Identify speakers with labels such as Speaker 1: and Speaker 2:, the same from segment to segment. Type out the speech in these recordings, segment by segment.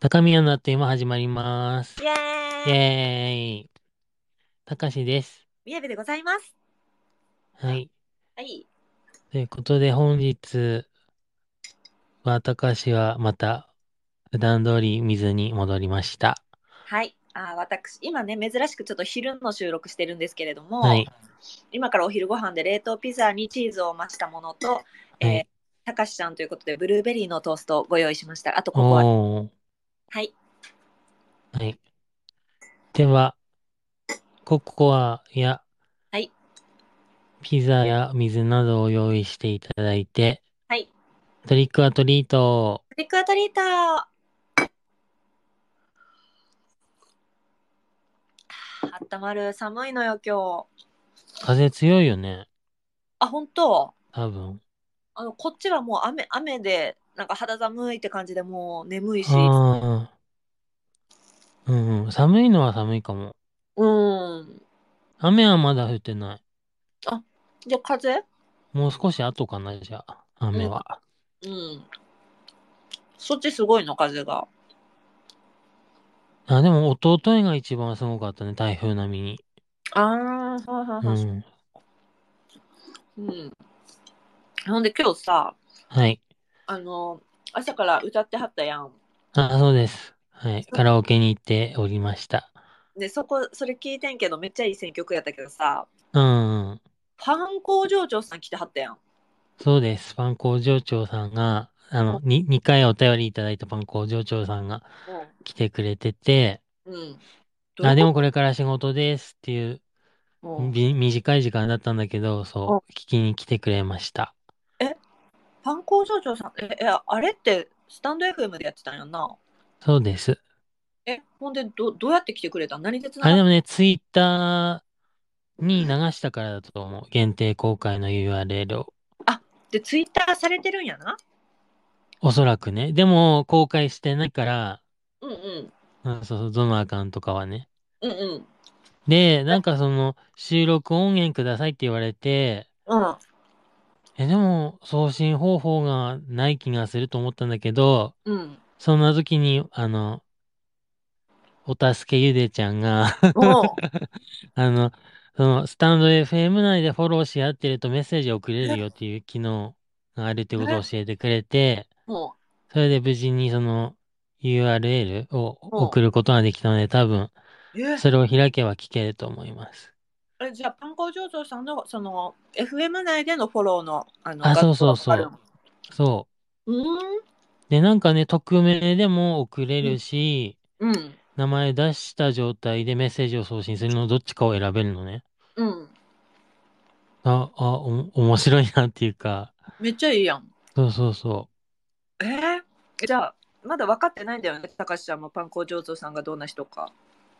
Speaker 1: 高宮のあっという間始まりま
Speaker 2: イ
Speaker 1: す。イ
Speaker 2: エーイ
Speaker 1: ェーイ。たかしです。
Speaker 2: みやべでございます。
Speaker 1: はい。
Speaker 2: はい。
Speaker 1: ということで本日はたかしはまた普段通り水に戻りました。
Speaker 2: はい。あー、私、今ね、珍しくちょっと昼の収録してるんですけれど
Speaker 1: は
Speaker 2: も、
Speaker 1: い。
Speaker 2: 今からお昼ご飯で冷凍ピザにチーズを増したものと、え
Speaker 1: は
Speaker 2: ー
Speaker 1: い。
Speaker 2: たかしちゃんということで、ブルーベリーのトーストをご用意しました。あと、ココア。
Speaker 1: おー。
Speaker 2: はい。
Speaker 1: はい。では、ココアや
Speaker 2: はい。
Speaker 1: ピザや水などを用意していただいて、
Speaker 2: はい。
Speaker 1: トリックアトリート
Speaker 2: トリックアトリートあったまる。寒いのよ、今日。
Speaker 1: 風強いよね。
Speaker 2: あ、本当
Speaker 1: 多分。
Speaker 2: あの、こっちはもう雨、雨で、なんか肌寒いって感じでもう眠いし、
Speaker 1: あー。うんうん。寒いのは寒いかも。
Speaker 2: うん。
Speaker 1: 雨はまだ降ってない。
Speaker 2: あ、じゃあ風邪
Speaker 1: もう少し後かな、じゃあ、雨は。
Speaker 2: うん。うんそっちすごいの風が。
Speaker 1: あ、でも、弟が一番すごかったね、台風並みに。
Speaker 2: ああ、はいはいうはい。
Speaker 1: ん。
Speaker 2: うん。ほんで今日さ、
Speaker 1: はい。
Speaker 2: あの、朝から歌ってはったやん。
Speaker 1: あ、そうです。はい。カラオケに行っておりました。
Speaker 2: で、そこ、それ聞いてんけど、めっちゃいい選曲やったけどさ、
Speaker 1: うんうん。
Speaker 2: ファン工場長さん来てはったやん。
Speaker 1: そうです。パン工場長さんが、あ
Speaker 2: う
Speaker 1: の、
Speaker 2: ん。
Speaker 1: に、2回お便りいただいたパン工場長さんが来てくれてて、
Speaker 2: うん。どうい
Speaker 1: あ、
Speaker 2: う
Speaker 1: で
Speaker 2: こ
Speaker 1: もこれから仕事ですっていう、
Speaker 2: と
Speaker 1: び短い時間だったんだけど、
Speaker 2: うん。う
Speaker 1: そ
Speaker 2: ん
Speaker 1: う、聞きに来てくれました。
Speaker 2: え、ファン工場長さん、え、え、あれって、スタンド FM でやってたんやんな。
Speaker 1: そうです。
Speaker 2: え、ほんで、ど、どうやって来てくれたん何でつな
Speaker 1: あ、
Speaker 2: がっ
Speaker 1: でもね、ツイッターに流したからだと思う。限定公開の URL を。
Speaker 2: あ、で、ツイッターされてるんやな。
Speaker 1: おそらくね。でも、公開してないから、
Speaker 2: うんうん。
Speaker 1: うんそうそう、どのアカウントかはね。
Speaker 2: うんうん。
Speaker 1: で、なんかその、収録音源くださいって言われて、
Speaker 2: うん。
Speaker 1: え、でも、送信方法がない気がすると思ったんだけど、
Speaker 2: うん。
Speaker 1: そんな時に、あの、お助けゆでちゃんが
Speaker 2: おう。
Speaker 1: あの、その、スタンド FM 内でフォローし合ってるとメッセージ送れる
Speaker 2: ね、
Speaker 1: よっていう機能があるってことを
Speaker 2: ね、
Speaker 1: 教えてくれて、
Speaker 2: も
Speaker 1: それで無事にその URL を
Speaker 2: う、
Speaker 1: 送
Speaker 2: も
Speaker 1: ることができたので、多分、
Speaker 2: う。え、
Speaker 1: それを開けば聞けると思います。
Speaker 2: えじゃあ、パン工場長さんの、その、FM 内でのフォローの、あの、
Speaker 1: あ、
Speaker 2: 画
Speaker 1: そう
Speaker 2: 像
Speaker 1: そ
Speaker 2: が
Speaker 1: う
Speaker 2: かかる
Speaker 1: そ
Speaker 2: の。
Speaker 1: う。そう
Speaker 2: ーん。
Speaker 1: う。で、なんかね、匿名でも送れ
Speaker 2: う
Speaker 1: る
Speaker 2: ん。
Speaker 1: し、
Speaker 2: うん。
Speaker 1: 名前出した状態でメッセージを送信するのどっちかを選べるのね。
Speaker 2: うん。
Speaker 1: あ、あ、おも、面白いなっていうか、
Speaker 2: めっちゃいいやん。
Speaker 1: そうそうそう。
Speaker 2: えーえじゃあ、まだ分かってないんだよね、たかしちゃんもパン工場長さんがどんな人か。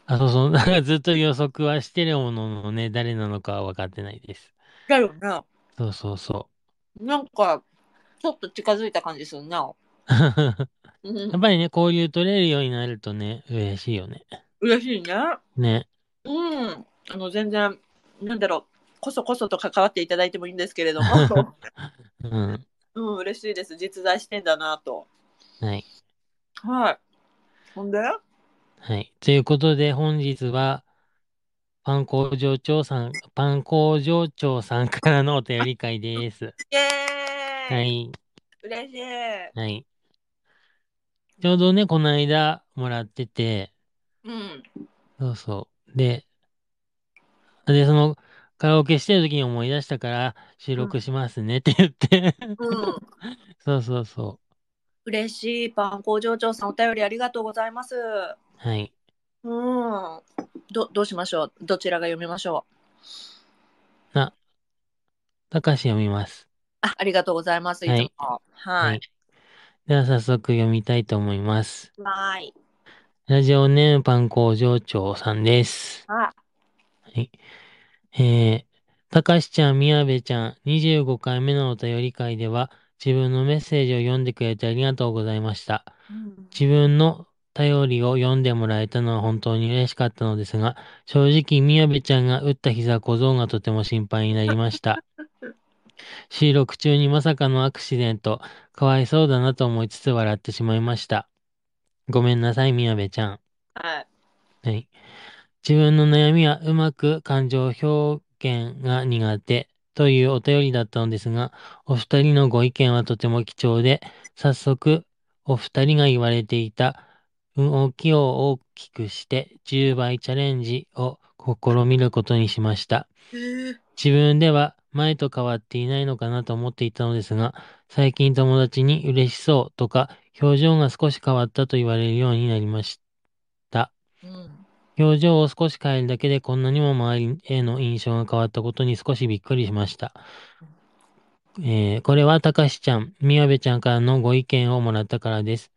Speaker 1: あ、そうそう、なんかずっと予測はしてるもののね、誰なのかは分かってないです。
Speaker 2: だよな。
Speaker 1: そうそうそ
Speaker 2: なんか、ちょっと近づいた感じするな。
Speaker 1: う。
Speaker 2: う
Speaker 1: やっ
Speaker 2: ん。
Speaker 1: ぱりね、交流取れるようになるとね、嬉しいよね。
Speaker 2: 嬉しいね。
Speaker 1: ね。
Speaker 2: うん。あの、全然、なんだろう、こそこそと関わっていただいてもいいんですけれども。
Speaker 1: うん。
Speaker 2: うん、嬉しいです。実在してんだなと。
Speaker 1: はい。
Speaker 2: はい。ほんで
Speaker 1: はい。ということで、本日は、パン工場長さん、パン工場長さんからのお便り会です。
Speaker 2: イ
Speaker 1: は
Speaker 2: エーイ
Speaker 1: い。
Speaker 2: 嬉しい。
Speaker 1: はい。ちょうどね、この間もらってて、
Speaker 2: うん。
Speaker 1: そうそう。で、で、その、カラオケしてる時に思い出したから、収
Speaker 2: うん。
Speaker 1: 録しますねって言って
Speaker 2: うん。
Speaker 1: そうそうそう。
Speaker 2: 嬉しい。パン工場長さん、お便りありがとうございます。
Speaker 1: はい。
Speaker 2: うん。ど、どうしましょうどちらが読みましょう
Speaker 1: あ、たかし読みます。
Speaker 2: あ、ありがとうございます。い
Speaker 1: は
Speaker 2: つ
Speaker 1: い。
Speaker 2: も。
Speaker 1: は。
Speaker 2: はい
Speaker 1: では、早速読みたいと思います。
Speaker 2: い。はーい。
Speaker 1: ラジオネームパン工場長さんです。
Speaker 2: あ、
Speaker 1: はい。えー、たかしちゃん、みやべちゃん、25回目のお便り会では、自分のメッセージを読んでくれてありがとうございました。
Speaker 2: うん。
Speaker 1: 自分の頼りを読んでもらえたのは本当に嬉しかったのですが、正直、みやべちゃんが打った膝小僧がとても心配になりました。収録中にまさかのアクシデント、かわいそうだなと思いつつ笑ってしまいました。ごめんなさい、みやべちゃん。
Speaker 2: はい。
Speaker 1: はい。自分の悩みはうまく感情表現が苦手というお便りだったのですが、お二人のご意見はとても貴重で、早速、お二人が言われていた動きを大きくして10倍チャレンジを試みることにしました。自分では前と変わっていないのかなと思っていたのですが、最近友達に嬉しそうとか、表情が少し変わったと言われるようになりました。
Speaker 2: うん。
Speaker 1: 表情を少し変えるだけでこんなにも周りへの印象が変わったことに少しびっくりしました。えーこれはたかしちゃん、みやべちゃんからのご意見をもらったからです。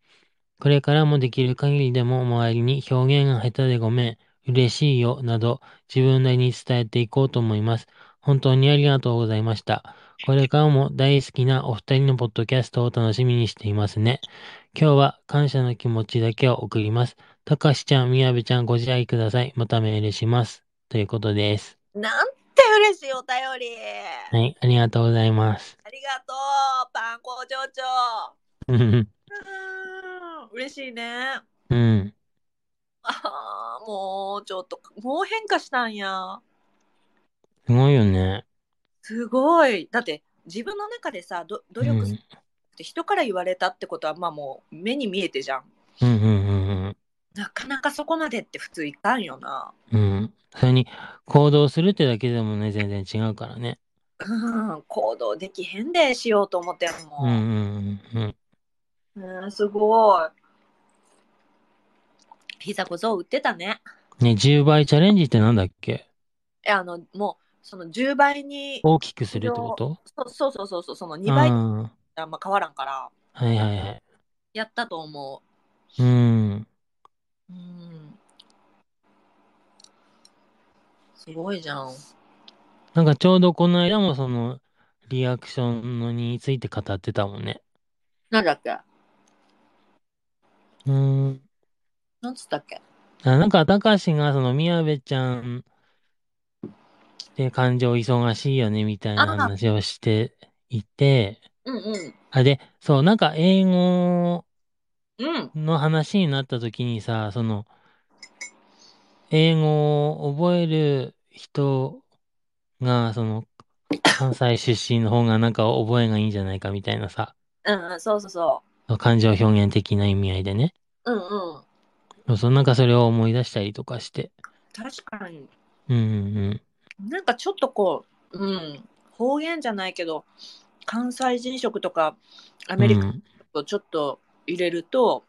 Speaker 1: これからもできる限りでも周りに表現が下手でごめん、嬉しいよ、など自分なりに伝えていこうと思います。本当にありがとうございました。これからも大好きなお二人のポッドキャストを楽しみにしていますね。今日は感謝の気持ちだけを送ります。たかしちゃん、みやべちゃんご自愛ください。またメールします。ということです。
Speaker 2: なんて嬉しいお便り。
Speaker 1: はい、ありがとうございます。
Speaker 2: ありがとう、パン工場長。
Speaker 1: うん。
Speaker 2: うーん、嬉しいね。
Speaker 1: うん。
Speaker 2: あーもうちょっと、もう変化したんや。
Speaker 1: すごいよね。
Speaker 2: すごい。だって、自分の中でさ、ど努
Speaker 1: うん。う
Speaker 2: 力
Speaker 1: ん
Speaker 2: するって人から言われたってことは、まあもう目に見えてじゃん。
Speaker 1: うんうん
Speaker 2: なかなかそこまでって普通いかんよな。
Speaker 1: うん。うん。それに、行動するってだけでもね、全然違うからね。
Speaker 2: うん、行動できへんでしようと思ってん
Speaker 1: うん
Speaker 2: もん。
Speaker 1: うんうん
Speaker 2: うん、すごい。膝小僧売ってたね。
Speaker 1: うん。ね、10倍チャレンジってなんだっけ
Speaker 2: え、あの、もう、その10倍に、
Speaker 1: 大きくするってこと
Speaker 2: そそうそうそうそう、その
Speaker 1: う
Speaker 2: 2
Speaker 1: ん。
Speaker 2: 倍って
Speaker 1: は
Speaker 2: あんま変わらんから、
Speaker 1: いはいはい。
Speaker 2: やったと思
Speaker 1: うん。
Speaker 2: う。うん。すごいじゃん。
Speaker 1: なんかちょうどこの間もその、リアクションのについて語ってたもんね。
Speaker 2: なんだっけ
Speaker 1: うん。
Speaker 2: なんつったっけ
Speaker 1: あなんか、たかしが、その、宮部ちゃんって感情忙しいよね、みたいな
Speaker 2: あ
Speaker 1: 話をしていて、
Speaker 2: うんうん。
Speaker 1: あ、で、そう、なんか、英語
Speaker 2: うん。
Speaker 1: の話になった時にさ、その、英語を覚える人が、その、関西出身の方が、なんか、覚えがいいんじゃないか、みたいなさ、
Speaker 2: うんうん、そうそうそ
Speaker 1: 感情表現的な意味合いでね。
Speaker 2: う。うんうん。
Speaker 1: そうそう、なんか、それを思い出したりとかして。
Speaker 2: 確かに。
Speaker 1: うん、うん、
Speaker 2: なんかちょっとこう、うん、方言じゃないけど、関西人食とかア
Speaker 1: うん。
Speaker 2: メリカ
Speaker 1: うん
Speaker 2: をちょっと入れると、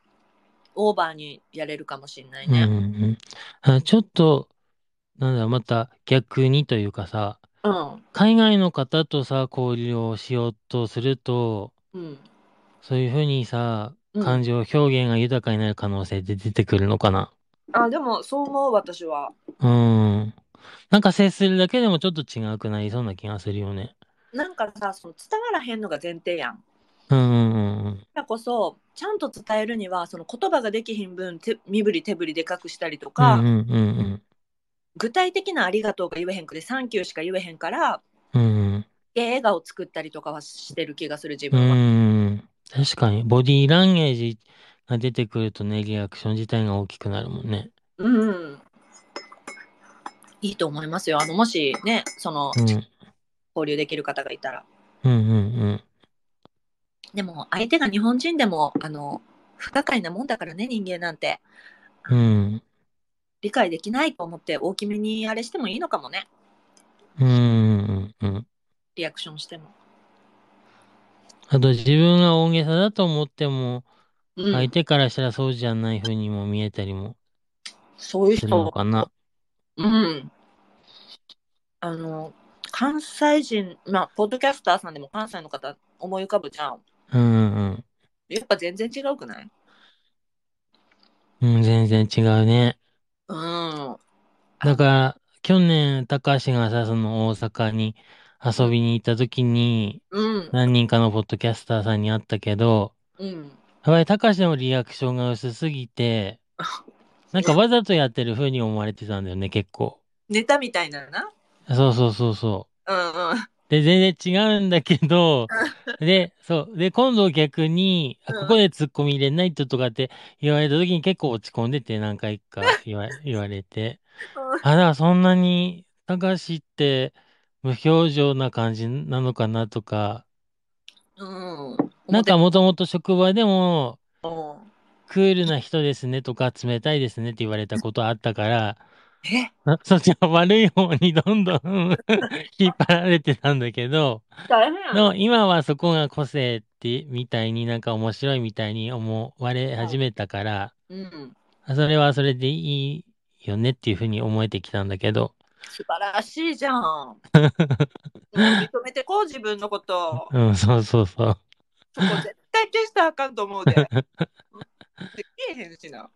Speaker 2: オーバーにやれるかもしれない
Speaker 1: うん
Speaker 2: ね。
Speaker 1: うんあ、ちょっと、なんだろう、また逆にというかさ、
Speaker 2: うん。
Speaker 1: 海外の方とさ、交流をしようとすると、
Speaker 2: うん。
Speaker 1: そういうふうにさ、
Speaker 2: うん
Speaker 1: 感情表現が豊かになる可能性って出てくるのかな。
Speaker 2: あ、でもそう思う私は。
Speaker 1: うん。なんか接するだけでもちょっと違うくなりそうな気がするよね。
Speaker 2: なんかさ、その伝わらへんのが前提やん。
Speaker 1: うんうんうん
Speaker 2: だからこそ、ちゃんと伝えるには、その言葉ができひん分、手身振り手振りでかくしたりと
Speaker 1: う
Speaker 2: か、
Speaker 1: ん。うんうん
Speaker 2: 具体的なありがとうが言えへんくて、サンキューしか言えへんから、
Speaker 1: うんうん。うん
Speaker 2: 笑顔作ったりとかはしてる気がする自
Speaker 1: う
Speaker 2: 分は。
Speaker 1: ん。うん。確かに、ボディーランゲージが出てくるとね、リアクション自体が大きくなるもんね。
Speaker 2: うん。いいと思いますよ。あの、もしね、その、
Speaker 1: うん。
Speaker 2: 交流できる方がいたら。
Speaker 1: うんうんうん。
Speaker 2: でも、相手が日本人でも、あの、不可解なもんだからね、人間なんて。
Speaker 1: うん。
Speaker 2: 理解できないと思って、大きめにあれしてもいいのかもね。
Speaker 1: うんうんうんうん。
Speaker 2: リアクションしても。
Speaker 1: あと自分が大げさだと思っても、
Speaker 2: うん。
Speaker 1: 相手からしたらそうじゃない風にも見えたりも
Speaker 2: そういう
Speaker 1: するの
Speaker 2: 人。
Speaker 1: かな。
Speaker 2: うん。あの、関西人、まあ、ポッドキャスターさんでも関西の方思い浮かぶじゃん。
Speaker 1: うん
Speaker 2: やっぱ全然違うくない
Speaker 1: うん。うん、全然違うね。
Speaker 2: うん。
Speaker 1: だから、去年、高橋がさ、その大阪に遊びに行った時に、
Speaker 2: うん。
Speaker 1: 何人かのポッドキャスターさんに会ったけど、
Speaker 2: うん。
Speaker 1: やっぱり高橋のリアクションが薄すぎ て、なんかわざとやってる風に思われてたんだよね、結構。
Speaker 2: ネタみたいなな。
Speaker 1: そうそうそうそう。
Speaker 2: うんうん。
Speaker 1: で、全然違うんだけど、で、そう。で、今度逆に、あ
Speaker 2: うん
Speaker 1: ここで突っ込み入れないととかって言われた時に結構落ち込んでて何回か言わ、言われて。あ、だからそんなに、たかしって無表情な感じなのかなとか、
Speaker 2: うん。
Speaker 1: なんかもともと職場でも、
Speaker 2: 表
Speaker 1: クールな人ですねとか、冷たいですねって言われたことあったから、
Speaker 2: うんえ、
Speaker 1: なそっちは悪い方にどんどん 引っ張られてたんだけど、
Speaker 2: 大変や
Speaker 1: でも
Speaker 2: ん。
Speaker 1: 今はそこが個性ってみたいになんか面白いみたいに思われ始めたから、
Speaker 2: うん。
Speaker 1: それはそれでいいよねっていうふうに思えてきたんだけど、
Speaker 2: 素晴らしいじゃ ん。うん認めてこう自分のこと。
Speaker 1: うん、そうそうそう。
Speaker 2: そこ絶対消したらあかんと 思うで。できえへんしな。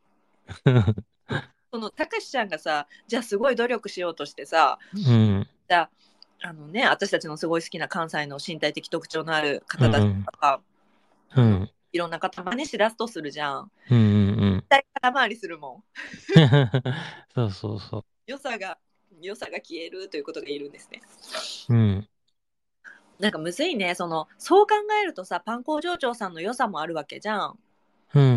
Speaker 2: そのたかしちゃんがさ、じゃあすごい努力しようとしてさ、
Speaker 1: うん、
Speaker 2: じゃああのね、私たちのすごい好きな関西の身体的特徴のある方たちとか、
Speaker 1: うん、うん、
Speaker 2: いろんな方真似しだすとするじゃん。
Speaker 1: うん、うん。
Speaker 2: 絶対空回りするもん。
Speaker 1: そうそうそ
Speaker 2: 良さが良さが消えるということがいるんですね。
Speaker 1: う。うん、
Speaker 2: なんかむずいね。そのそう考えるとさ、パン工場長さんの良さもあるわけじゃん。
Speaker 1: うん、うん、うん、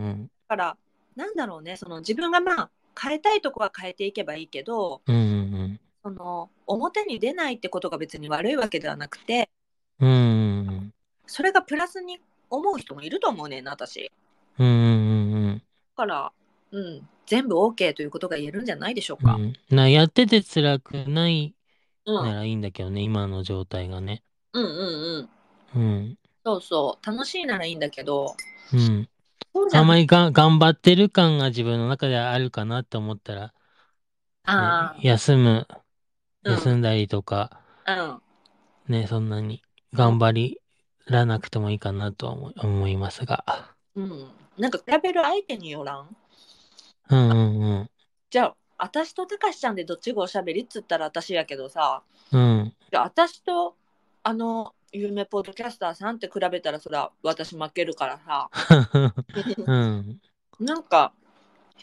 Speaker 1: うん。
Speaker 2: だからなんだろうね。その自分がまあ変えたいとこは変えていけばいいけど、
Speaker 1: うんうん
Speaker 2: その表に出ないってことが別に悪いわけではなくて、
Speaker 1: うん。うん
Speaker 2: それがプラスに思う人もいると思うねんな私。
Speaker 1: うんうんうんうん
Speaker 2: だから、うん、全部 OK ということが言えるんじゃないでしょう
Speaker 1: う
Speaker 2: か。
Speaker 1: ん。なやってて辛くない
Speaker 2: うん、う、
Speaker 1: なんらいいんだけどね、今の状態がね。
Speaker 2: うん、うん。
Speaker 1: うん。
Speaker 2: そうそう楽しいならいいんだけど、
Speaker 1: うん。
Speaker 2: そうじゃ
Speaker 1: あんま
Speaker 2: ない。
Speaker 1: りが頑張ってる感が自分の中であるかなって思ったら、
Speaker 2: あ
Speaker 1: ね休む、
Speaker 2: うん
Speaker 1: 休んだりとか、
Speaker 2: あ、うん。
Speaker 1: ね、そんなに頑張りらなくてもいいかなとは思思いますが。
Speaker 2: うん、なんか比べる相手によらん
Speaker 1: うんうんうん。
Speaker 2: じゃあ私とたかしちゃんでどっちがおしゃべりっつったら私やけどさ
Speaker 1: うん。
Speaker 2: じゃあ私とあの有名ポッドキャスターさんって比べたらそら私負けるからさ
Speaker 1: うん。
Speaker 2: なんか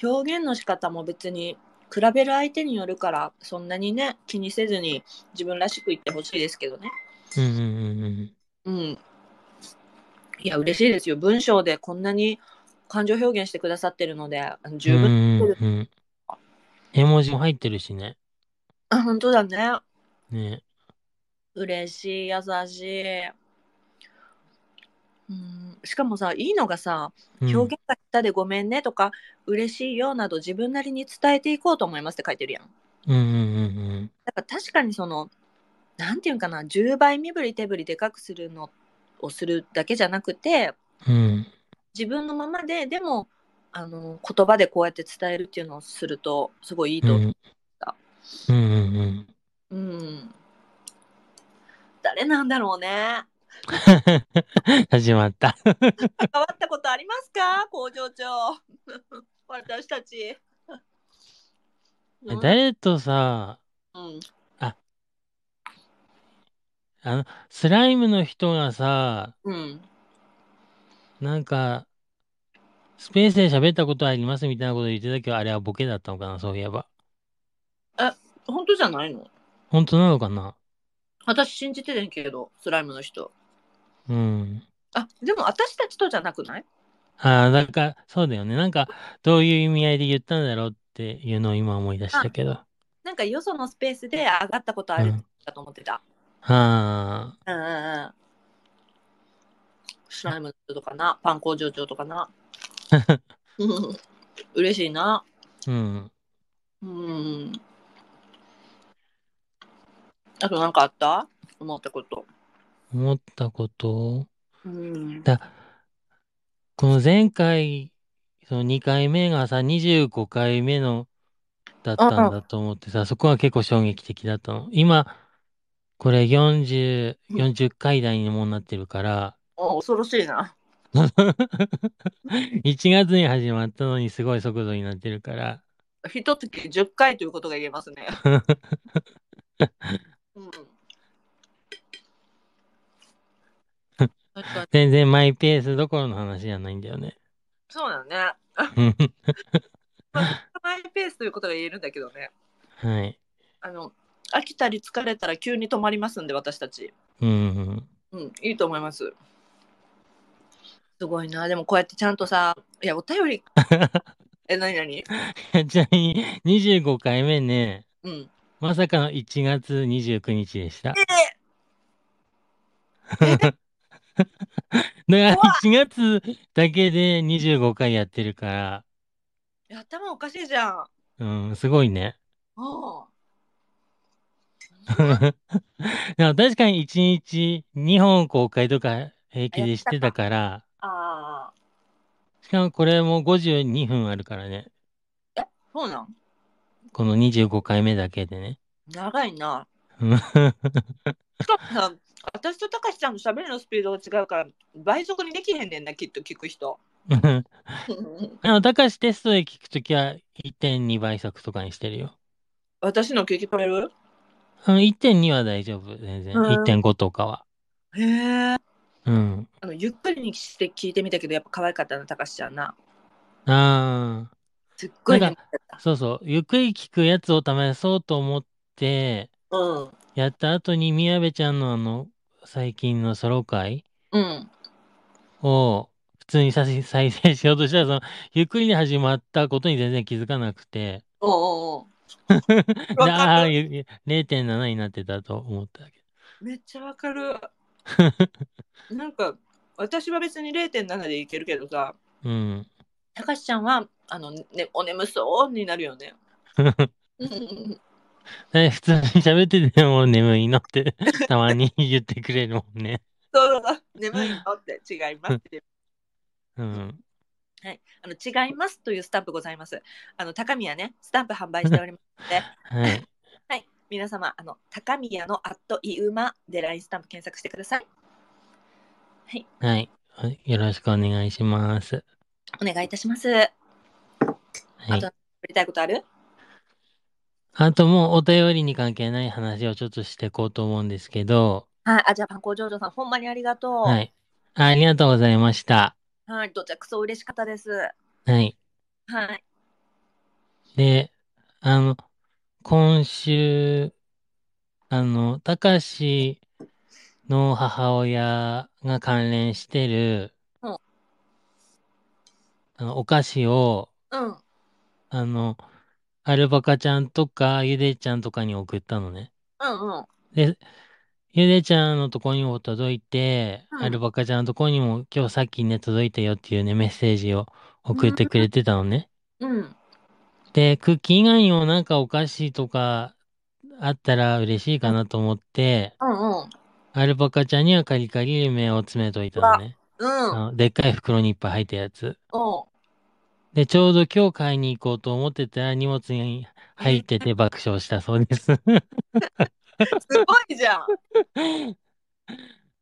Speaker 2: 表現の仕方も別に比べる相手によるからそんなにね気にせずに自分らしく言ってほしいですけどね
Speaker 1: うんうんうんうん。
Speaker 2: うんいや嬉しいですよ文章でこんなに感情表現してくださってるので十
Speaker 1: う
Speaker 2: 分、
Speaker 1: んうんうん。絵文字も入ってるしね。
Speaker 2: あ本当だね
Speaker 1: ね。
Speaker 2: 嬉しい優しいうんしかもさいいのがさ
Speaker 1: うん
Speaker 2: 表現が下手でごめんねとか、嬉しいよなど自分なりに伝えていこうと思いますって書いてるやん
Speaker 1: うんうんうん
Speaker 2: だから確かにそのなんていうんかな10倍身振り手振りでかくするのをするだけじゃなくて
Speaker 1: うん。うん。
Speaker 2: 自分のままででもあの言葉でこうやって伝えるっていうのをするとすごいいいと思う
Speaker 1: うんうんうん。
Speaker 2: うん、誰なんだろうね
Speaker 1: 始まった。
Speaker 2: 関わったことありますか工場長 私たち
Speaker 1: 誰とさ、
Speaker 2: うん
Speaker 1: あの、スライムの人がさ、
Speaker 2: うん
Speaker 1: なんか、スペースで喋ったことありますみたいなこと言ってたけど、あれはボケだったのかな、そういえば。
Speaker 2: 本当じゃないの
Speaker 1: 本当なのかな
Speaker 2: 私信じてるけどスライムの人
Speaker 1: うん。
Speaker 2: あでも私たちとじゃなくない
Speaker 1: ああ、だから、そうだよね。なんか、どういう意味合いで言ったんだろうっていうのを今思い出したけど。あ
Speaker 2: なんかよそのスペースで上がったことあるんだと思ってた、
Speaker 1: あ
Speaker 2: うん、うんうんスライムの人とかなパン工場長とかなうん嬉しいな
Speaker 1: ー、うん。
Speaker 2: うんあと何かあった思ったこと
Speaker 1: 思ったこと
Speaker 2: うん
Speaker 1: だ、この前回、その2回目がさ、25回目の、だったんだと思ってさ、そこは結構衝撃的だったの。今、これ40、
Speaker 2: うん
Speaker 1: 40回台にもうなってるから、
Speaker 2: お恐ろしいな。
Speaker 1: 1月に始まったのにすごい速度になってるから、
Speaker 2: 一月10回ということが言えますね。うん、確かに
Speaker 1: 全然マイペースどころの話じゃないんだよね。
Speaker 2: そうだね。
Speaker 1: うん
Speaker 2: マイペースということが言えるんだけどね。
Speaker 1: はい。
Speaker 2: あの飽きたり疲れたら急に止まりますんで私たち、
Speaker 1: うん。
Speaker 2: うん、いいと思いますすごいなでもこうやってちゃんとさいやお便 りえ何何
Speaker 1: ちなみに、25回目ね、
Speaker 2: うん
Speaker 1: まさかの1月29日でした。 だから1月だけで25回やってるから、
Speaker 2: いや頭おかしいじゃん
Speaker 1: うん、すごいね。
Speaker 2: うん
Speaker 1: でも確かに1日2本公開とか平気でしてたから、
Speaker 2: ああ
Speaker 1: しかもこれも52分あるからね。
Speaker 2: そうなん
Speaker 1: この25回目だけでね。
Speaker 2: 長いな
Speaker 1: うん
Speaker 2: しかもさ私とたかしちゃんの喋りのスピードが違うから倍速にできへんねんなきっと聞く人
Speaker 1: でも、たかしテストで聞くときは1.2倍速とかにしてるよ。
Speaker 2: 私の聞き取れる
Speaker 1: うん、1.2は大丈夫、全然。
Speaker 2: うん
Speaker 1: 1.5とかは。
Speaker 2: へえ
Speaker 1: うん。
Speaker 2: あのゆっくりにして聞いてみたけどやっぱ可愛かったなたかしちゃんな
Speaker 1: あ
Speaker 2: すっごい
Speaker 1: なん
Speaker 2: 眠
Speaker 1: か
Speaker 2: かった
Speaker 1: あ、そうそう。ゆっくり聞くやつを試そうと思って、
Speaker 2: うん
Speaker 1: やった後に宮部ちゃんのあの、最近のソロ回
Speaker 2: うん
Speaker 1: を普通に再生再生しようとしたら、その、ゆっくりに始まったことに全然気づかなくて、
Speaker 2: おうおうおう
Speaker 1: で
Speaker 2: わか
Speaker 1: ああ、
Speaker 2: る
Speaker 1: ゆ0.7になってたと思ったけ
Speaker 2: めっちゃわかるなんか私は別に0.7でいけるけどさ
Speaker 1: ど。うん。
Speaker 2: たかしちゃんはあの、ね、お眠そうになるよねうんうんうん
Speaker 1: え、普通に喋ってても眠いのってたまに言ってくれるもんね。
Speaker 2: そうそうそう眠いのって違いますって
Speaker 1: うん。
Speaker 2: はい、あの違いますというスタンプございます。あの高宮ね、スタンプ販売しておりますので、
Speaker 1: はい。
Speaker 2: はい、皆様、あの高宮のアットイウマで LINE スタンプ検索してください。はい、
Speaker 1: はい。はいよろしくお願いします。
Speaker 2: お願いいたします。や
Speaker 1: はい
Speaker 2: あ。とりたいことある？
Speaker 1: あともうお便りに関係ない話をちょっとしていこうと思うんですけど、
Speaker 2: はい、あじゃあパン工場長さん、ほんまにありがとう。
Speaker 1: は、い。ありがとうございました。
Speaker 2: はい、どちらくそ嬉しかったです。
Speaker 1: はい。
Speaker 2: はい、
Speaker 1: で、あの、今週、あの、たかしの母親が関連してる、
Speaker 2: うん
Speaker 1: あの、お菓子を、
Speaker 2: うん、
Speaker 1: あの、アルパカちゃんとか、ゆでちゃんとかに送ったのね。
Speaker 2: うん、うん、
Speaker 1: で、ゆでちゃんのとこにも届いて、
Speaker 2: うん
Speaker 1: アルパカちゃんのとこにも今日さっきね、届いたよっていうね、メッセージを送ってくれてたのね。
Speaker 2: うん、
Speaker 1: で、クッキー以外にもなんかお菓子とかあったら嬉しいかなと思って、
Speaker 2: うん、うん、
Speaker 1: アルパカちゃんにはカリカリ梅を詰めといたのね。
Speaker 2: うん、
Speaker 1: あのでっかい袋にいっぱい入ったやつ。
Speaker 2: おう
Speaker 1: で、ちょうど今日買いに行こうと思ってたら荷物に入ってて爆笑したそうです。
Speaker 2: すごいじゃん。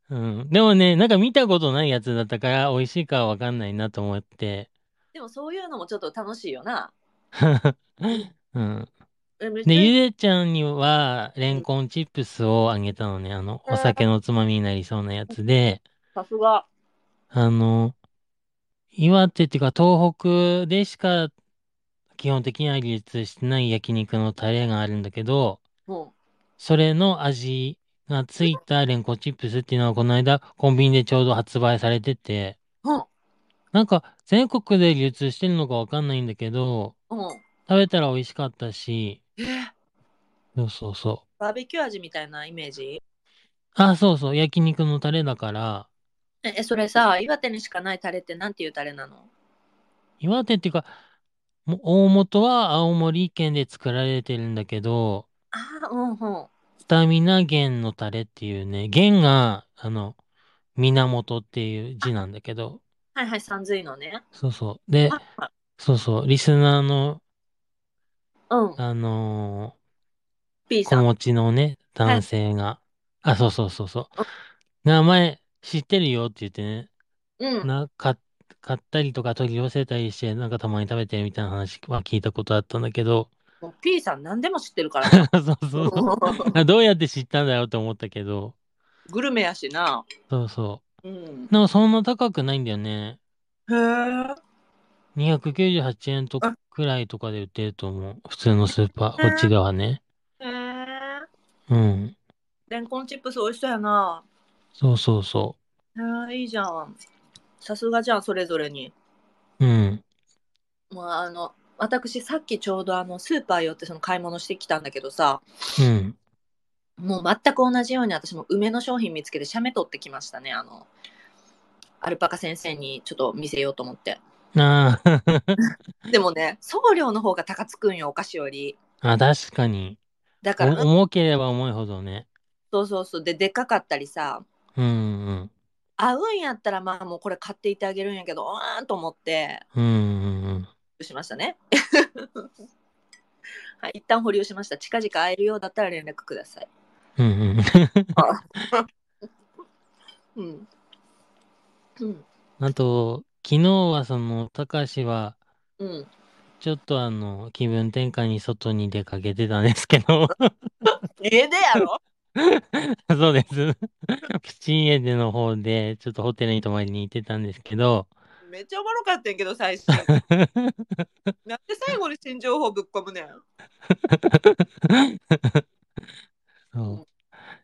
Speaker 1: うん、でもね、なんか見たことないやつだったから美味しいかはわかんないなと思って。
Speaker 2: でもそういうのもちょっと楽しいよな。
Speaker 1: うん、
Speaker 2: えめっちゃ
Speaker 1: で、
Speaker 2: いい
Speaker 1: ゆでちゃんにはレンコンチップスをあげたのね。あの、お酒のおつまみになりそうなやつで、
Speaker 2: さすが。
Speaker 1: あの、岩手っていうか東北でしか基本的には流通してない焼肉のタレがあるんだけど、
Speaker 2: うん。
Speaker 1: それの味がついたレンコンチップスっていうのはこの間コンビニでちょうど発売されてて、
Speaker 2: うん。
Speaker 1: なんか全国で流通してるのかわかんないんだけど、
Speaker 2: うん。
Speaker 1: 食べたら美味しかったし、
Speaker 2: えー
Speaker 1: そうそうそう。
Speaker 2: バーベキュー味みたいなイメージ
Speaker 1: あ、そうそう、焼肉のタレだから、
Speaker 2: え、えそれさ、岩手にしかないタレってなんていうタレなの
Speaker 1: 岩手っていうか、もう大元は青森県で作られてるんだけど、
Speaker 2: ああ、うんうん。
Speaker 1: スタミナ源のタレっていうね、源が、あの、源っていう字なんだけど、
Speaker 2: はいはい、さんずいのね。
Speaker 1: そうそう。で
Speaker 2: はい、はい
Speaker 1: そうそう、リスナーの、
Speaker 2: うん。
Speaker 1: あのー
Speaker 2: P
Speaker 1: 子
Speaker 2: さん。
Speaker 1: 持ちのね、男性が、あ、そうそうそうそう。名前知ってるよって言ってね、
Speaker 2: うん。
Speaker 1: な、か、買ったりとか取り寄せたりして、なんかたまに食べてるみたいな話は聞いたことあったんだけど、。
Speaker 2: もう P さん何でも知ってる からな
Speaker 1: そうそうそうあ。どうやって知ったんだろうと思ったけど、
Speaker 2: グルメやしな。
Speaker 1: そうそ
Speaker 2: うん
Speaker 1: う。。でもそんな高くないんだよね。
Speaker 2: へえ。
Speaker 1: 298円とくらいとかで売ってると思う。普通のスーパー、こっちではね。
Speaker 2: へえ。
Speaker 1: うん。
Speaker 2: レンコンチップス美味しそうやな。
Speaker 1: そうそうそ
Speaker 2: えー、いいじゃん。さすがじゃん、それぞれに。
Speaker 1: う。うん。
Speaker 2: もうあの、私さっきちょうどあの、スーパー寄ってその買い物してきたんだけどさ、
Speaker 1: うん。
Speaker 2: もう全く同じように私も梅の商品見つけて写メ撮ってきましたね。あの、アルパカ先生にちょっと見せようと思って。
Speaker 1: あー
Speaker 2: でもね、送料の方が高つくんよ、お菓子より。
Speaker 1: あ、確かに。
Speaker 2: だ
Speaker 1: お
Speaker 2: から、
Speaker 1: 重ければ重いほどね。
Speaker 2: そうそうそう。で、でっかかったりさ、
Speaker 1: うん
Speaker 2: 合うんやったらまあもうこれ買っていってあげるんやけど、うーんと思って、
Speaker 1: うん。うんうんうん。
Speaker 2: しましたね。 はい、一旦保留しました。近々会えるようだったら連絡ください。
Speaker 1: うんうん。
Speaker 2: うん。うん。
Speaker 1: あと、昨日はその、たかしは、
Speaker 2: うん。
Speaker 1: ちょっとあの、気分転換に外に出かけてたんですけど、
Speaker 2: 家でやろ
Speaker 1: そうです。プチ家での方で、ちょっとホテルに泊まりに行ってたんですけど、
Speaker 2: めっちゃおもろかったんやけど、最 初。なんで最後に新情報ぶっ込むねん。
Speaker 1: そう。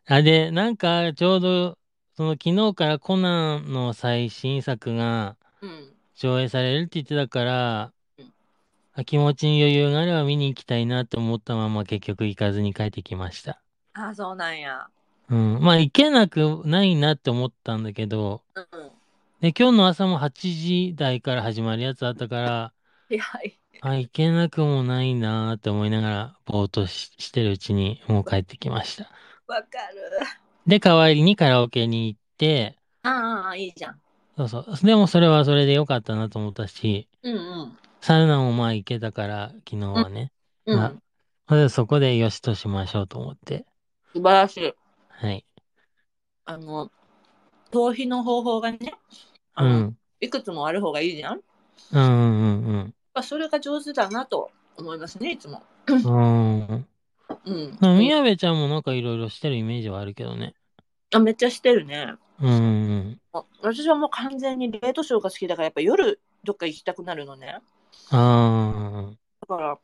Speaker 1: あ、で、なんか、ちょうど、その、昨日からコナンの最新作が
Speaker 2: うん。
Speaker 1: 上映されるって言ってたから
Speaker 2: うん、
Speaker 1: あ気持ちに余裕があれば見に行きたいなと思ったまま結局行かずに帰ってきました。
Speaker 2: ああ、そうなんや。
Speaker 1: うん。まあ、行けなくないなって思ったんだけど、
Speaker 2: うん。
Speaker 1: で、今日の朝も8時台から始まるやつあったから、
Speaker 2: いや、い
Speaker 1: あ、行けなくもないなーって思いながら、ぼーっとし、してるうちに、もう帰ってきました。
Speaker 2: わかる。
Speaker 1: で、代わりにカラオケに行って、
Speaker 2: ああああ、いいじゃん。
Speaker 1: そうそう。でもそれはそれで良かったなと思ったし、
Speaker 2: うんうん。
Speaker 1: サウナもまあ行けたから、昨日はね。
Speaker 2: うん。
Speaker 1: まあまずそこでよしとしましょうと思って。
Speaker 2: 素晴らしい。
Speaker 1: はい。
Speaker 2: あの、逃避の方法がね、
Speaker 1: う
Speaker 2: あの
Speaker 1: ん。
Speaker 2: いくつもある方がいいじゃん。
Speaker 1: うんうん
Speaker 2: まあ、それが上手だなと思いますね、いつも。
Speaker 1: うん。うん。
Speaker 2: う
Speaker 1: で
Speaker 2: ん。
Speaker 1: も宮部ちゃんもなんかいろいろしてるイメージはあるけどね。
Speaker 2: あめっちゃしてるね。
Speaker 1: うん。
Speaker 2: あ私はもう完全にレートショーが好きだから、やっぱ夜どっか行きたくなるのね。
Speaker 1: あ
Speaker 2: だから、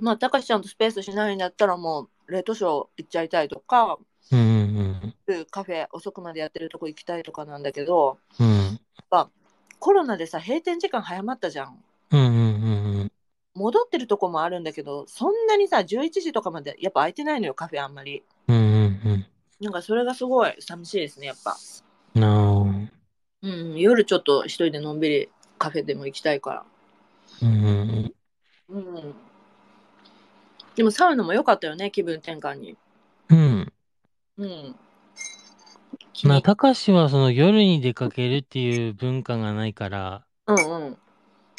Speaker 2: まあ、たかしちゃんとスペースしないんだったら、もうレートショー行っちゃいたいとか、
Speaker 1: あ。うんうん
Speaker 2: 夜カフェ遅くまでやってるとこ行きたいとかなんだけど、
Speaker 1: うん。うん。
Speaker 2: コロナでさ、閉店時間早まったじゃん。
Speaker 1: うんうんうんうん。
Speaker 2: 戻ってるとこもあるんだけど、そんなにさ、11時とかまでやっぱ空いてないのよ、カフェあんまり。
Speaker 1: うんうん
Speaker 2: なんかそれがすごい寂しいですね、やっぱ。
Speaker 1: うん。な
Speaker 2: うん、夜ちょっと一人でのんびりカフェでも行きたいから。
Speaker 1: あ。うんうん
Speaker 2: うん。でもサウナも良かったよね、気分転換に。
Speaker 1: うん。うん。
Speaker 2: うん。
Speaker 1: まあ、たかしはその夜に出かけるっていう文化がないから、
Speaker 2: うんうん。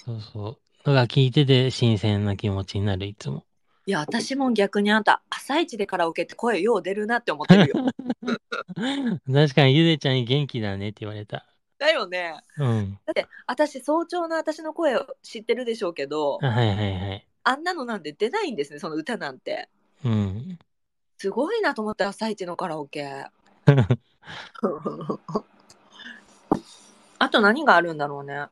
Speaker 1: そうそう。だから聞いてて新鮮な気持ちになる、いつも。
Speaker 2: いや、私も逆にあんた、朝一でカラオケって声よう出るなって思ってる よ。
Speaker 1: 確かにゆでちゃんに元気だねって言われた。
Speaker 2: だよね。
Speaker 1: うん。
Speaker 2: だって、私、早朝の私の声を知ってるでしょうけど
Speaker 1: あ、はいはいはい。
Speaker 2: あんなのなんて出ないんですね、その歌なんて。
Speaker 1: うん。
Speaker 2: すごいなと思って、朝一のカラ オケ。あと何があるんだろうね。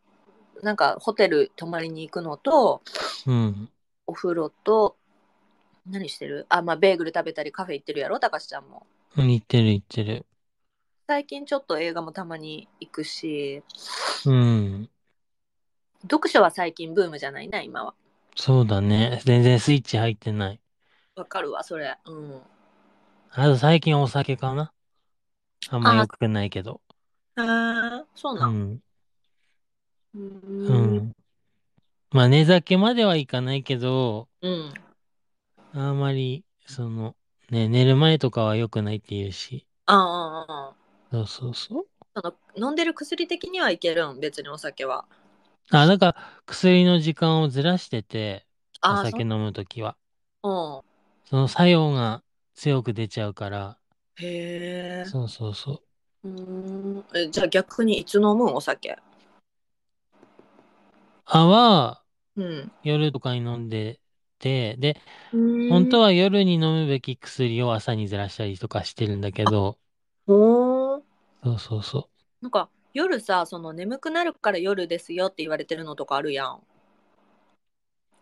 Speaker 2: なんか、ホテル泊まりに行くのと、
Speaker 1: うん。
Speaker 2: お風呂と何してるあまあベーグル食べたりカフェ行ってるやろたかしちゃんも
Speaker 1: 言ってる言ってる。
Speaker 2: 最近ちょっと映画もたまに行くし
Speaker 1: うん。
Speaker 2: 読書は最近ブームじゃないな今は
Speaker 1: そうだね。全然スイッチ入ってない。
Speaker 2: わかるわそれうん
Speaker 1: あと最近お酒かなあんま良くないけど。
Speaker 2: へえそう
Speaker 1: う
Speaker 2: なん
Speaker 1: ん。う
Speaker 2: う
Speaker 1: んん。まあ、寝酒まではいかないけど、
Speaker 2: うん
Speaker 1: あんまり、その、ね、寝る前とかは良くないって言うし。
Speaker 2: ああああ
Speaker 1: そうそうそう。
Speaker 2: その飲んでる薬的にはいけるん別にお酒は
Speaker 1: あ、だから、薬の時間をずらしてて、お
Speaker 2: ああ
Speaker 1: 酒飲むときは。
Speaker 2: そう
Speaker 1: その作用が強く出ちゃうから。
Speaker 2: うんへえ
Speaker 1: そうそうそう。
Speaker 2: うんえじゃあ逆にいつ飲むんお酒
Speaker 1: あは、
Speaker 2: うん
Speaker 1: 夜とかに飲んでて、で、本当
Speaker 2: は
Speaker 1: は夜に飲むべき薬を朝にずらしたりとかしてるんだけど、
Speaker 2: ほー
Speaker 1: そうそうそ
Speaker 2: なんか夜さその眠くなるから夜ですよって言われてるのとかあるやん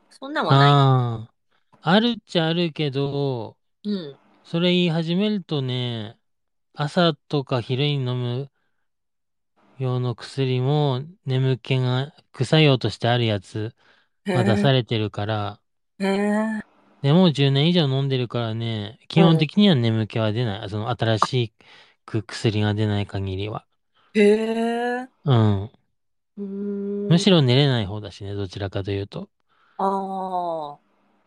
Speaker 2: そんなん
Speaker 1: う。
Speaker 2: はな
Speaker 1: ああ、あるっちゃあるけど、
Speaker 2: いうん
Speaker 1: それ言い始めるとね、朝とか昼に飲む用の薬も眠気が副作用としてあるやつが出されてるから、
Speaker 2: へえ。
Speaker 1: でもう10年以上飲んでるからね、基本的には眠気は出ない。その新しく薬が出ない限りは。
Speaker 2: へえ。
Speaker 1: うん。
Speaker 2: む
Speaker 1: むしろ寝れない方だしね、どちらかというと。
Speaker 2: あ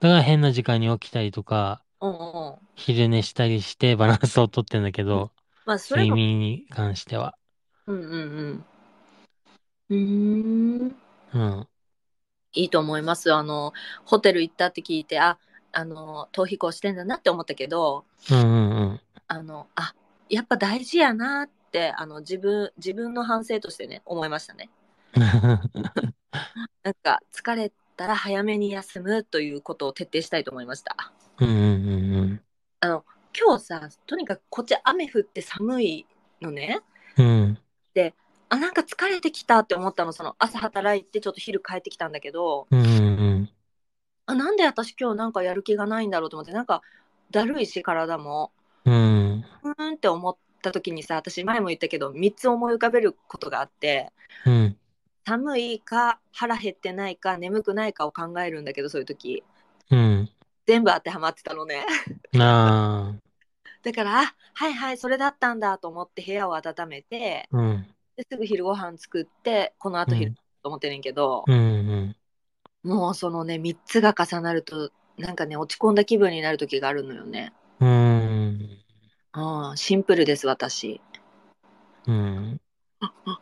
Speaker 1: だから変な時間に起きたりとか、
Speaker 2: あ、うんうん。
Speaker 1: 昼寝したりしてバランスをとってんだけど、
Speaker 2: まあ、それ
Speaker 1: 睡
Speaker 2: も、
Speaker 1: 眠に関しては。
Speaker 2: うんうんうん。うーん。
Speaker 1: うん。
Speaker 2: いいと思います。あの、ホテル行ったって聞いて、あ、あの、逃避行してんだなって思ったけど、
Speaker 1: うんうんうん。
Speaker 2: あの、あ、やっぱ大事やなって、あの、自分、自分の反省としてね、思いましたね。なんか、疲れたら早めに休むということを徹底したいと思いました。
Speaker 1: うんうんうんうん。
Speaker 2: あの、今日さ、とにかくこっち雨降って寒いのね。
Speaker 1: うん。
Speaker 2: あ、なんか疲れてきたって思ったの、その朝働いてちょっと昼帰ってきたんだけど、
Speaker 1: うんうん
Speaker 2: あ、なんで私今日なんかやる気がないんだろうと思って、なんかだるいし体も、
Speaker 1: うん。うん。
Speaker 2: うーんって思った時にさ、私前も言ったけど、3つ思い浮かべることがあって、
Speaker 1: うん。
Speaker 2: 寒いか腹減ってないか眠くないかを考えるんだけど、そういう時、
Speaker 1: うん。
Speaker 2: 全部当てはまってたのね。
Speaker 1: あ
Speaker 2: だから、あ、はいはい、それだったんだと思って部屋を温めて、
Speaker 1: あ。うん。
Speaker 2: ですぐ昼ご飯作って、この後昼と思ってねんけど、
Speaker 1: うんうん。
Speaker 2: もうそのね、3つが重なると、なんかね、落ち込んだ気分になる時があるのよね。
Speaker 1: うん。
Speaker 2: うん、シンプルです、私。
Speaker 1: うん。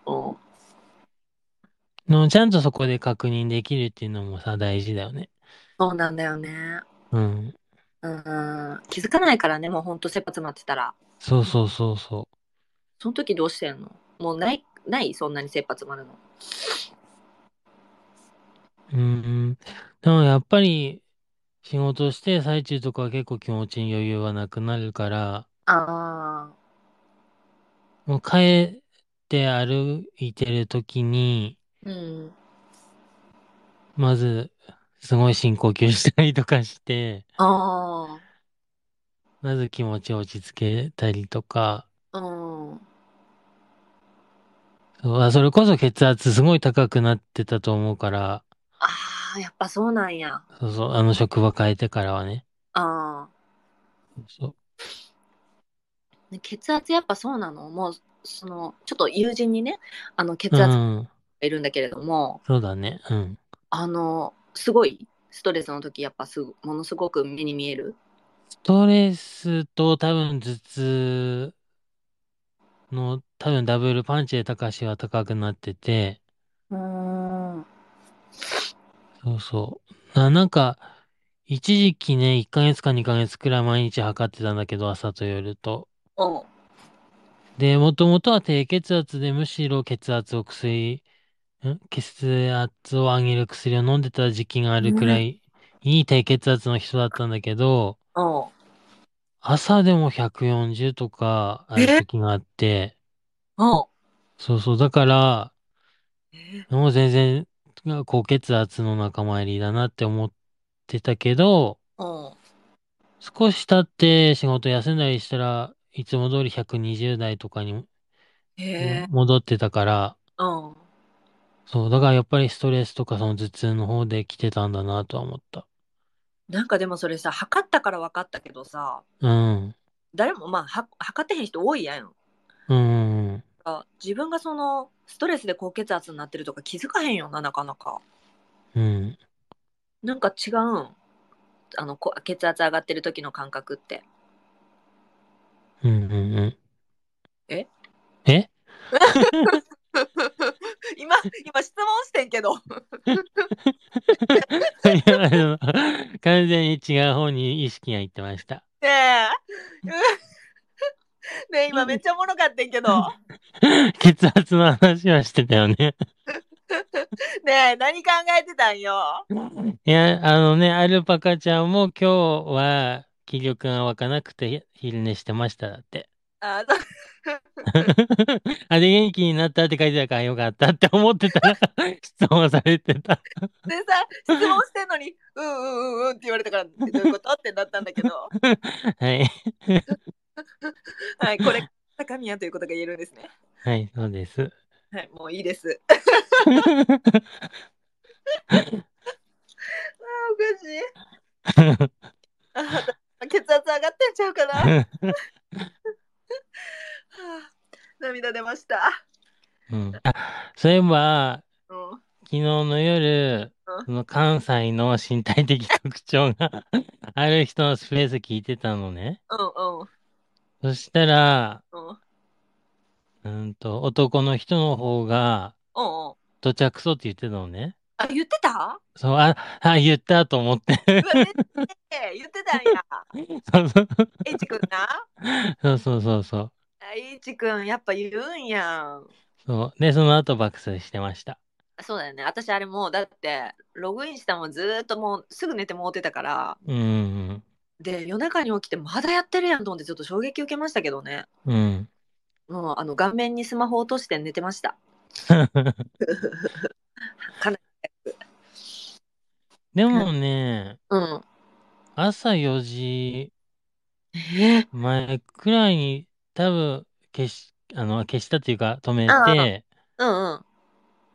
Speaker 2: うん
Speaker 1: の、ちゃんとそこで確認できるっていうのもさ、大事だよね。
Speaker 2: そうなんだよね。
Speaker 1: うん。
Speaker 2: うん、気づかないからね、もうほんと切羽詰まってたら。
Speaker 1: そうそうそうそ
Speaker 2: その時どうしてんのもうない、ないそんなに切羽詰まるの。
Speaker 1: う。うん。でもやっぱり、仕事して最中とかは結構気持ちに余裕はなくなるから、
Speaker 2: ああ、
Speaker 1: もう帰って歩いてる時に、
Speaker 2: うん。
Speaker 1: まず、すごい深呼吸したりとかして、
Speaker 2: あ
Speaker 1: まず気持ちを落ち着けたりとか、
Speaker 2: あ、うん。
Speaker 1: そうあそれこそ血圧すごい高くなってたと思うから、
Speaker 2: ああ、やっぱそうなんや。
Speaker 1: そうそう、あの職場変えてからはね。
Speaker 2: あ
Speaker 1: そう
Speaker 2: あ、血圧やっぱそうなのもう、その、ちょっと友人にね、あの、血
Speaker 1: う
Speaker 2: 圧が
Speaker 1: ん、
Speaker 2: いるんだけれども、
Speaker 1: そうだね。うん。
Speaker 2: あの、すごい、ストレスの時、やっぱすぐ、ものすごく目に見える。
Speaker 1: ストレスと多分頭痛の多分ダブルパンチで高しは高くなってて、
Speaker 2: うーん。うん
Speaker 1: そうそう。な、なんか、一時期ね、1ヶ月か2ヶ月くらい毎日測ってたんだけど、朝と夜と。で、もともとは低血圧でむしろ血圧を薬、ん血圧を上げる薬を飲んでた時期があるくらい、いい低血圧の人だったんだけど、
Speaker 2: うん。
Speaker 1: 朝でも140とかある時があって、
Speaker 2: うん。
Speaker 1: そうそう、だから、
Speaker 2: え
Speaker 1: もう全然高血圧の仲間入りだなって思ってたけど、
Speaker 2: うん。
Speaker 1: 少し経って仕事休んだりしたらいつも通り120代とかに
Speaker 2: え
Speaker 1: 戻ってたから、
Speaker 2: うん。
Speaker 1: そう、だからやっぱりストレスとかその頭痛の方で来てたんだなとは思った。
Speaker 2: なんかでもそれさ、測ったから分かったけどさ、
Speaker 1: うん、
Speaker 2: 誰も、まあ、は測ってへん人多いやん。
Speaker 1: うん、うん
Speaker 2: あ自分がその、ストレスで高血圧になってるとか気づかへんよな、なかなか。
Speaker 1: うん。
Speaker 2: なんか違うん。あの、こ血圧上がってる時の感覚って。
Speaker 1: うんうんうん。
Speaker 2: え
Speaker 1: え
Speaker 2: 今、今質問してんけど。
Speaker 1: いやあの完全に違う方に意識がいってました。
Speaker 2: ねえ。ねえ、今めっちゃおもろかったんけど。
Speaker 1: 血圧の話はしてたよね。
Speaker 2: ねえ、何考えてたんよ。
Speaker 1: いや、あのね、アルパカちゃんも今日は気力が湧かなくて昼寝してましただって。
Speaker 2: あそう
Speaker 1: あ、で、元気になったって書いてたからよかったって思ってたら、 質問されてた。
Speaker 2: でさ質問してんのに「うんうんうんうん」って言われたからどういうことってなったんだけど
Speaker 1: はい。
Speaker 2: はいこれ高宮ということが言えるんですね
Speaker 1: はい、そうです。
Speaker 2: はいもういいですあおかしいあ 血圧上がってんちゃうかな、はあ、涙出ました
Speaker 1: うん、あそういえば、
Speaker 2: うん
Speaker 1: 昨日の夜
Speaker 2: うん、
Speaker 1: その関西の身体的特徴が ある人のスペース聞いてたのね。
Speaker 2: うん
Speaker 1: そしたら、
Speaker 2: うんうん
Speaker 1: うんと、男の人の方が、
Speaker 2: うんうん
Speaker 1: 土着クソって言ってたのね。
Speaker 2: あ言ってた
Speaker 1: そう、あ、あ、言ったと思って。
Speaker 2: うわ絶対言ってたんや
Speaker 1: そうそう
Speaker 2: えいちくんな
Speaker 1: そうそうそうそう。
Speaker 2: あいちくんやっぱ言うんやん
Speaker 1: そう。で、その後爆睡してました。
Speaker 2: そうだよね私あれもうだってログインしたもんずーっともうすぐ寝てもうてたから
Speaker 1: うん
Speaker 2: で夜中に起きてまだやってるやんと思ってちょっと衝撃受けましたけどね
Speaker 1: うん。うん。
Speaker 2: もうあの顔面にスマホ落として寝てましたかな
Speaker 1: でもね、
Speaker 2: うん
Speaker 1: 朝4時
Speaker 2: え
Speaker 1: 前くらいに多分消し、あの、消したっていうか止め
Speaker 2: ああ
Speaker 1: て、
Speaker 2: うんうん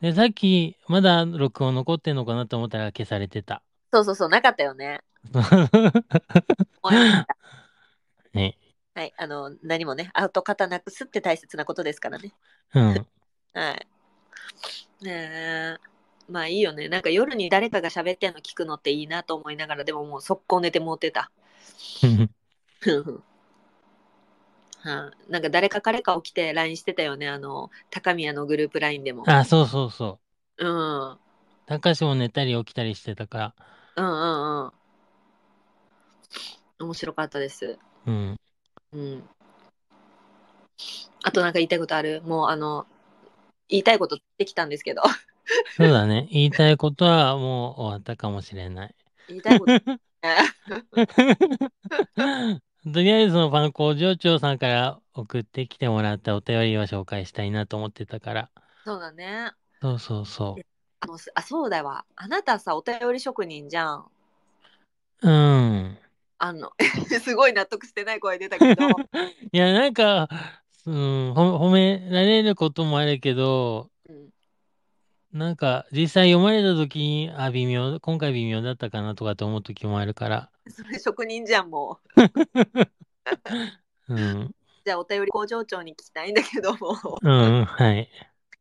Speaker 1: で、さっきまだ録音残ってんのかなと思ったら消されてた。
Speaker 2: そうそうそうなかったよねもう
Speaker 1: ね。
Speaker 2: はいあの何もね跡形なくすって大切なことですからね
Speaker 1: うん。
Speaker 2: はいねえまあいいよねなんか夜に誰かが喋ってんの聞くのっていいなと思いながらでももう速攻寝てもうてた はい、なんか誰か彼か起きて LINE してたよねあの高宮のグループ LINE でも、
Speaker 1: あ、そうそうそう。
Speaker 2: うん、うん
Speaker 1: たかしも寝たり起きたりしてたから。
Speaker 2: うんうん面白かったです、
Speaker 1: うん。
Speaker 2: うん、あとなんか言いたいことあるもうあの言いたいことできたんですけど
Speaker 1: そうだね。 言いたいことはもう終わったかもしれない。
Speaker 2: 言いたい こと、ね、
Speaker 1: とりあえずそのパン工場長さんから送ってきてもらったお便りを紹介したいなと思ってたから。
Speaker 2: そうだね
Speaker 1: そうそうそ
Speaker 2: あのあそうだわあなたさお便り職人じゃん
Speaker 1: う。うん。
Speaker 2: あの すごい納得してない声出たけ ど
Speaker 1: いや、なんか、うん、ほ褒められることもあるけど、
Speaker 2: うん
Speaker 1: なんか実際読まれた時に、あ、微妙、今回微妙だったかなとかと思う時もあるから。
Speaker 2: それ職人じゃんもう
Speaker 1: うん。
Speaker 2: じゃあお便り工場長に聞きたいんだけども
Speaker 1: うん、はい。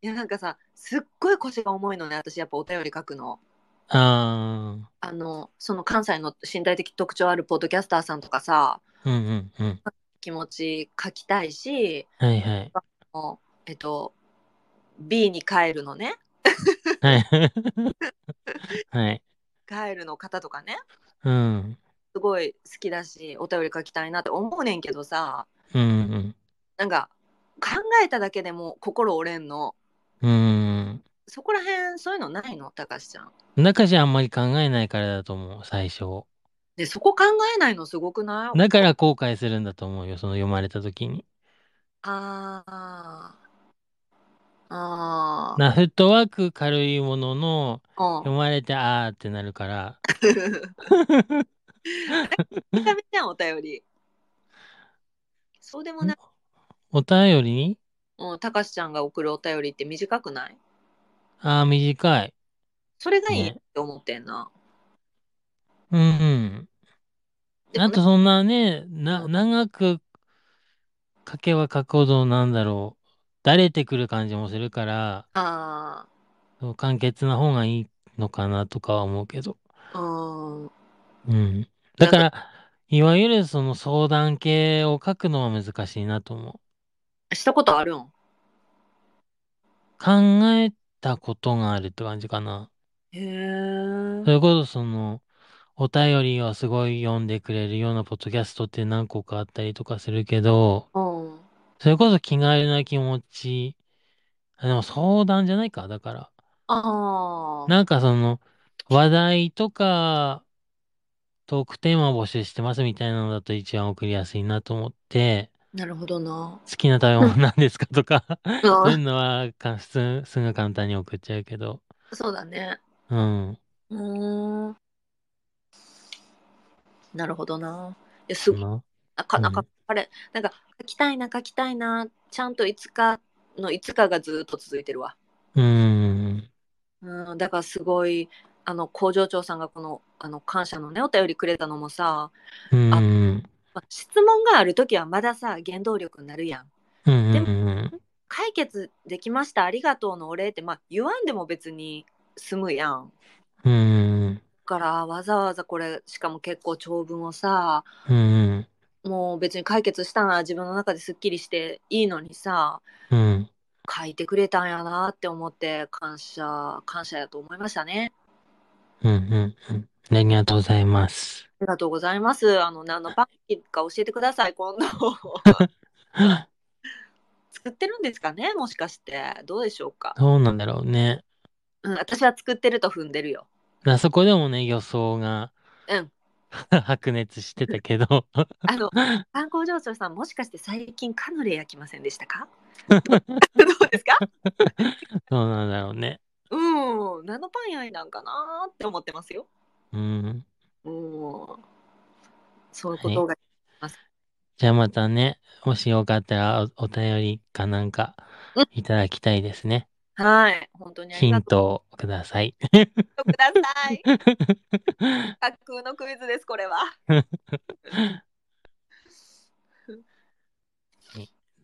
Speaker 2: いやなんかさすっごい腰が重いのね私やっぱお便り書くの。
Speaker 1: あ
Speaker 2: あのその関西の身体的特徴あるポッドキャスターさんとかさ
Speaker 1: ー、うんうんうん。
Speaker 2: 気持ち書きたいし
Speaker 1: はいはい。
Speaker 2: もうえっと B に帰るのね
Speaker 1: はい。 はい。
Speaker 2: 帰るの方とかね
Speaker 1: うん。
Speaker 2: すごい好きだしお便り書きたいなって思うねんけどさ
Speaker 1: うん
Speaker 2: なんか考えただけでも心折れんの
Speaker 1: うん。うん。
Speaker 2: そこら辺そういうのないのたかしちゃん。
Speaker 1: 中じゃあんまり考えないからだと思う、最初。
Speaker 2: でそこ考えないのすごくない
Speaker 1: だから後悔するんだと思うよ、その読まれた時に。
Speaker 2: あああー
Speaker 1: な、フットワーク軽いものの、
Speaker 2: うん
Speaker 1: 読まれてあーってなるから。
Speaker 2: めちゃめちゃお便り。そうでもない。
Speaker 1: お便りに
Speaker 2: うん、たかしちゃんが送るお便りって短くない
Speaker 1: あー、短い。
Speaker 2: それがいいっ
Speaker 1: ね
Speaker 2: て思ってんな。
Speaker 1: うんうん。
Speaker 2: でも
Speaker 1: あ
Speaker 2: ね
Speaker 1: とそんなね、な、長く書けば書くほどなんだろう。だれてくる感じもするから、
Speaker 2: あ
Speaker 1: そう簡潔な方がいいのかなとかは思うけど。
Speaker 2: あ、うん。
Speaker 1: うん。だから、いわゆるその相談系を書くのは難しいなと思う。
Speaker 2: したことあるん
Speaker 1: 考えたことがあるって感じかな。
Speaker 2: へ
Speaker 1: そ
Speaker 2: え。
Speaker 1: れこそその、お便りをすごい読んでくれるようなポッドキャストって何個かあったりとかするけど、
Speaker 2: うん。
Speaker 1: それこそ気軽な気持ち、あ、でも相談じゃないか、だから。
Speaker 2: ああ。
Speaker 1: なんかその、話題とか、トークテーマを募集してますみたいなのだと一番送りやすいなと思って、
Speaker 2: なるほどな。
Speaker 1: 好きな食べ物なんですかとか、そういううのはかすぐすぐ簡単に送っちゃうけど。
Speaker 2: そうだね。
Speaker 1: うん。
Speaker 2: うーん。なるほどな。いやすごい
Speaker 1: ま
Speaker 2: なかな
Speaker 1: う
Speaker 2: かあれ、なんか書きたいな書きたいなちゃんといつかのいつかがずっと続いてるわ。
Speaker 1: あうん。
Speaker 2: うん、だからすごいあの工場長さんがこのあの感謝のねお便りくれたのもさ、
Speaker 1: うん。うん。
Speaker 2: まあ質問がある時はまださ原動力になるやん。
Speaker 1: うんうん。
Speaker 2: 解決できましたありがとうのお礼って、まあ、言わんでも別に済むやん。
Speaker 1: うん。うん。
Speaker 2: だからわざわざこれしかも結構長文をさ
Speaker 1: うん。
Speaker 2: もう別に解決したな自分の中ですっきりしていいのにさ
Speaker 1: うん。
Speaker 2: 書いてくれたんやなって思って感謝感謝やと思いましたね。
Speaker 1: うん。ありがとうございます。
Speaker 2: ありがとうございます。あの何のパンケーキか教えてください今度 作ってるんですかねもしかしてどうでしょうか、
Speaker 1: どうなんだろうね。
Speaker 2: うん、私は作ってると踏んでるよ。
Speaker 1: あそこでもね、予想が
Speaker 2: うん。
Speaker 1: 白熱してたけど。
Speaker 2: あの 観光上長さんもしかして最近カヌレ焼きませんでしたか どうですか
Speaker 1: どうなんだろうね。
Speaker 2: うん、ナノパンやいなんかなーって思ってますよ。
Speaker 1: うん。
Speaker 2: うん、そういうことが、
Speaker 1: じゃあまたね、もしよかったらおお便りかなんか
Speaker 2: うん
Speaker 1: いただきたいですね。
Speaker 2: はい、本当にあ
Speaker 1: ヒ
Speaker 2: りが
Speaker 1: ン
Speaker 2: と
Speaker 1: トをください。
Speaker 2: うください。 架空のクイズです、これは。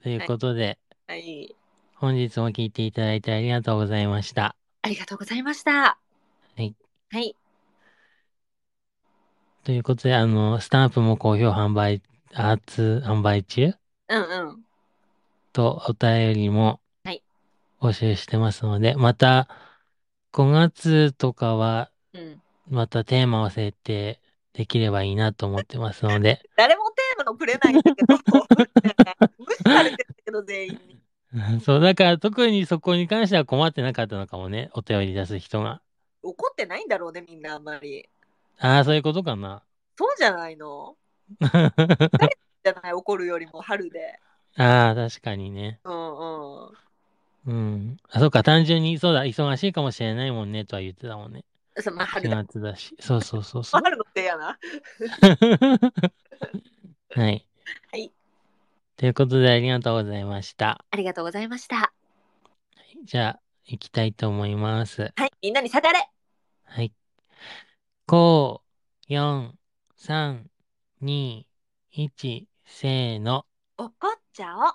Speaker 1: ということで、
Speaker 2: はい、
Speaker 1: 本日も聞いていただいてありがとうございました。
Speaker 2: ありがとうございました。
Speaker 1: はい、
Speaker 2: はい、
Speaker 1: ということで、あの、スタンプも好評販売、アーツ販売中
Speaker 2: うんうん、
Speaker 1: とお便りも
Speaker 2: はい
Speaker 1: 募集してますので、また5月とかは
Speaker 2: うん。
Speaker 1: またテーマを設定できればいいなと思ってますので、
Speaker 2: 誰もテーマのくれないん だけど、無視されてるけど、全員に。
Speaker 1: そう、だから特にそこに関しては困ってなかったのかもね、お便り出す人が。
Speaker 2: 怒ってないんだろうね、みんなあんまり。
Speaker 1: ああ、そういうことかな。
Speaker 2: そうじゃないのじゃない、怒るよりも春で。
Speaker 1: ああ、確かにね。
Speaker 2: うんうん。
Speaker 1: うん。あ、そうか、単純に、そうだ、忙しいかもしれないもんね、とは言ってたもんね。
Speaker 2: そうまあ、春
Speaker 1: 4
Speaker 2: だ。
Speaker 1: 月だし。そうそうそうそう。
Speaker 2: 春のせいや な。
Speaker 1: はい。
Speaker 2: はい。
Speaker 1: ということで、ありがとうございました。
Speaker 2: ありがとうございました。
Speaker 1: じゃあ、行きたいと思います。
Speaker 2: はい、みんなにさだれ。
Speaker 1: はい。5、4、3、2、1、せーの。
Speaker 2: 怒っちゃおう。